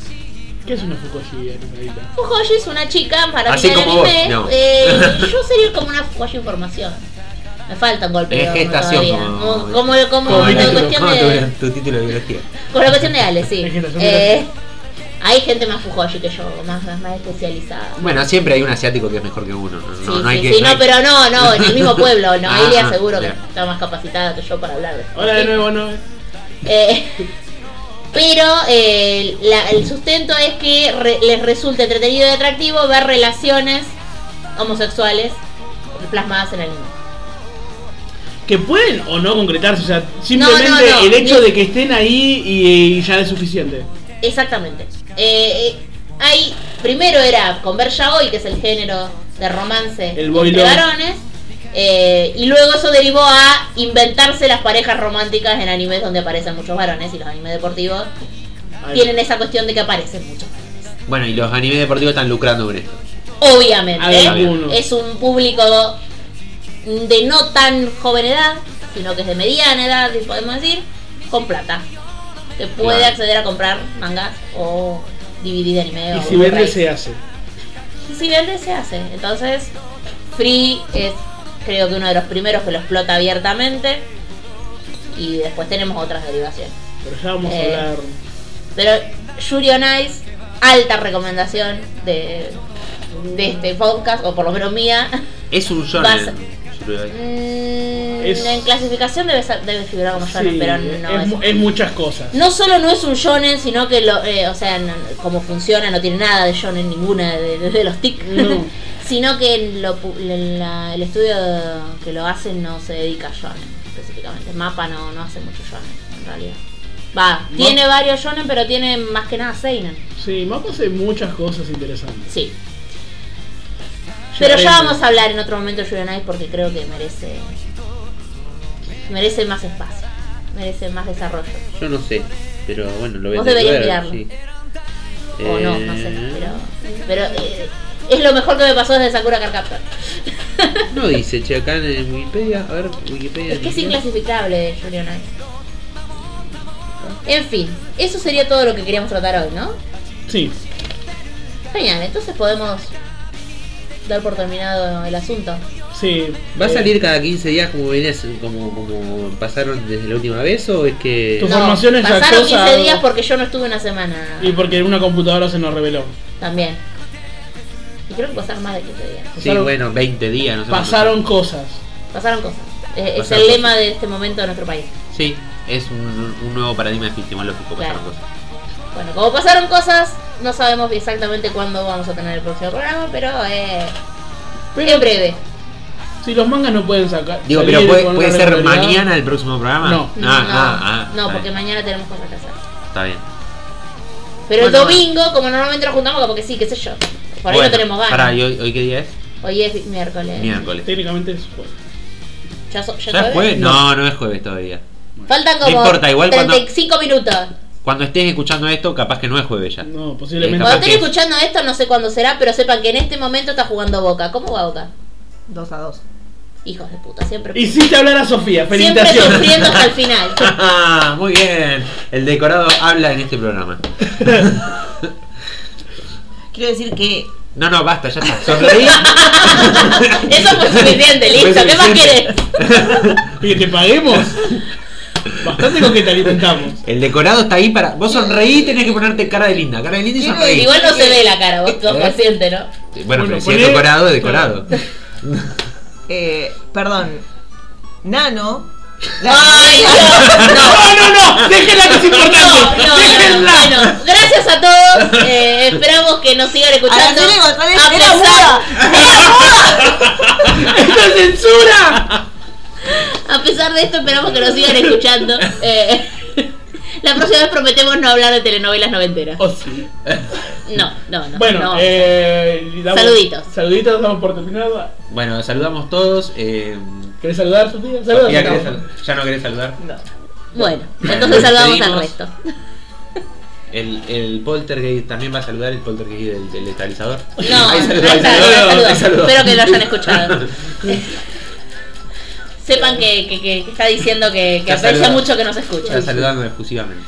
¿Qué es una Fujoshi eh, animadita? Fujoshi es una chica para Así mirar como anime. vos, no. eh, yo sería como una Fujoshi en formación. Me falta un golpe. Es de horno gestación, todavía. como- Como, como, como, como la título, cuestión ¿Cómo de... tu, tu título de biología? Con la cuestión de Ale, sí. Es que no son Eh, hay gente más fujoshi que yo, más, más, más especializada. Bueno, siempre hay un asiático que es mejor que uno. No, no, sí, no hay sí, que. sí, no no, hay- pero no, no, en el mismo pueblo, no, Ah, ahí le aseguro que bien. está más capacitada que yo para hablar de Hola de nuevo, no. Eh, pero eh, la- el sustento es que re- les resulta entretenido y atractivo ver relaciones homosexuales plasmadas en el anime. Que pueden o no concretarse, o sea, simplemente no, no. el hecho Ni- de que estén ahí y, y ya es suficiente. Exactamente. Eh, eh, hay, primero era con ver yaoi, que es el género de romance El boy entre love. varones. eh, y luego eso derivó a inventarse las parejas románticas en animes donde aparecen muchos varones y los animes deportivos Ahí. tienen esa cuestión de que aparecen muchos. varones. Bueno, y los animes deportivos están lucrando con esto. Obviamente, Hay algunos. es un público de no tan joven edad, sino que es de mediana edad, si podemos decir, con plata. Que puede Claro. acceder a comprar mangas Eh, o DVD de anime. Y o si Blu-ray. vende se hace. sin él se hace. Entonces, Free es creo que uno de los primeros que lo explota abiertamente. Y después tenemos otras derivaciones. Pero ya vamos a Eh. hablar. Pero Yuri on Ice, alta recomendación de, de este podcast, o por lo menos mía. Es un Vas- shonen. Mm, Es- En clasificación debe, ser- debe figurar como shonen, Sí, eh, pero es, no es. mu- es muchas cosas. No solo no es un shonen, sino que, lo, eh, o sea, no- no- como funciona, no tiene nada de shonen, ninguna de, de- de los tic. No. sino que lo pu- la- el estudio que lo hace no se dedica a shonen específicamente. Mapa no, no hace mucho shonen, en realidad. Va, Ma- tiene varios shonen, pero tiene más que nada seinen. Sí, Mapa hace muchas cosas interesantes. Sí. Pero ya Llegaremos. vamos a hablar en otro momento de Yuri on Ice porque creo que merece merece más espacio, merece más desarrollo. Yo no sé, pero bueno, lo voy a Vos tener que deberías ver, mirarlo. sí. O no, Eh, no sé, pero, pero eh, es lo mejor que me pasó desde Sakura Card Captor. No dice, che, acá en Wikipedia, a ver, Wikipedia. Es que es ¿no? inclasificable Yuri on Ice. En fin, eso sería todo lo que queríamos tratar hoy, ¿no? Sí. Genial, entonces podemos dar por terminado el asunto. Sí. ¿Va a Eh, salir cada 15 días como venías, como, como pasaron desde la última vez o es que... Tu formación es la pasaron cosa- 15 días porque yo no estuve una semana. Y porque una computadora se nos reveló. También. Y creo que pasaron más de 15 días. Sí, pasaron- bueno, 20 días, no sé. Pasaron cosas. Pasaron cosas. Eh, es Pasaron el cosas. lema de este momento de nuestro país. cuánto. Sí, es un, un nuevo paradigma epistemológico, pasaron Claro. cosas. Bueno, como pasaron cosas, no sabemos exactamente cuándo vamos a tener el próximo programa, pero eh, Pero en breve. Si los mangas no pueden sacar. Digo, salir pero puede, con puede una ser regularidad, mañana el próximo programa. No. No, Ah, no, ah, ah, no, está porque bien, mañana tenemos cosas que hacer. Está bien. Pero el Bueno, domingo, como normalmente nos juntamos, porque sí, qué sé yo. Por ahí Bueno, no tenemos ganas. pará, ¿y hoy, hoy qué día es? Hoy es miércoles. Miércoles. Técnicamente es jueves. ¿Ya, so- ya ¿Ya jueves? es jueves? No, no es jueves todavía. Faltan No como importa, igual cuando- 35 minutos. Cuando estés escuchando esto, capaz que no es jueves ya. No, posiblemente. Cuando Capaz estén que es. escuchando esto, no sé cuándo será, pero sepan que en este momento está jugando Boca. ¿Cómo va Boca? 2 a 2. Hijos de puta, siempre. Hiciste hablar a Sofía. siempre Felicitaciones. sufriendo hasta el final. Muy bien. El decorado habla en este programa. Quiero decir que No, no, basta, ya está. Sonreí. Eso fue suficiente, listo. ¿Qué más querés? Y que te paguemos. Bastante con que te alimentamos. El decorado está ahí para. Vos sonreí y tenés que ponerte cara de linda. Cara de linda y Quiero sonreí. Eh, Igual no se ve la cara, vos ¿Eh? sos consciente, ¿no? Bueno, Bueno, pero si es poné- decorado, es decorado. Eh, perdón. Nano. ¡Ay, Dios! ¡No, no, no! ¡Déjenla que es importante! No, no, no. ¡Déjenla! Bueno, gracias a todos. eh, esperamos que nos sigan escuchando. Araceli González, A era pesar, ¡Esto es censura! a pesar de esto, esperamos que nos sigan escuchando. Eh, la próxima vez prometemos no hablar de telenovelas noventeras. Oh, sí. No, no, no. Bueno, no. eh, le damos- Saluditos. Saluditos, damos por terminada. Bueno, saludamos todos. Eh, ¿Querés saludar, Sofía? Saluda. Sofía, ¿querés sal- ¿Ya no querés saludar? No. Bueno, Bueno, entonces saludamos al despedimos. resto. El, el poltergeist también va a saludar el poltergeist del, del estabilizador. No, Ahí saludó, ahí ahí saludó, ahí saludó, ahí saludó. saludó. Espero que lo hayan escuchado. Sepan que, que- que- que está diciendo que, que Ya aprecia saludó. mucho que nos escuchen. Está saludando exclusivamente.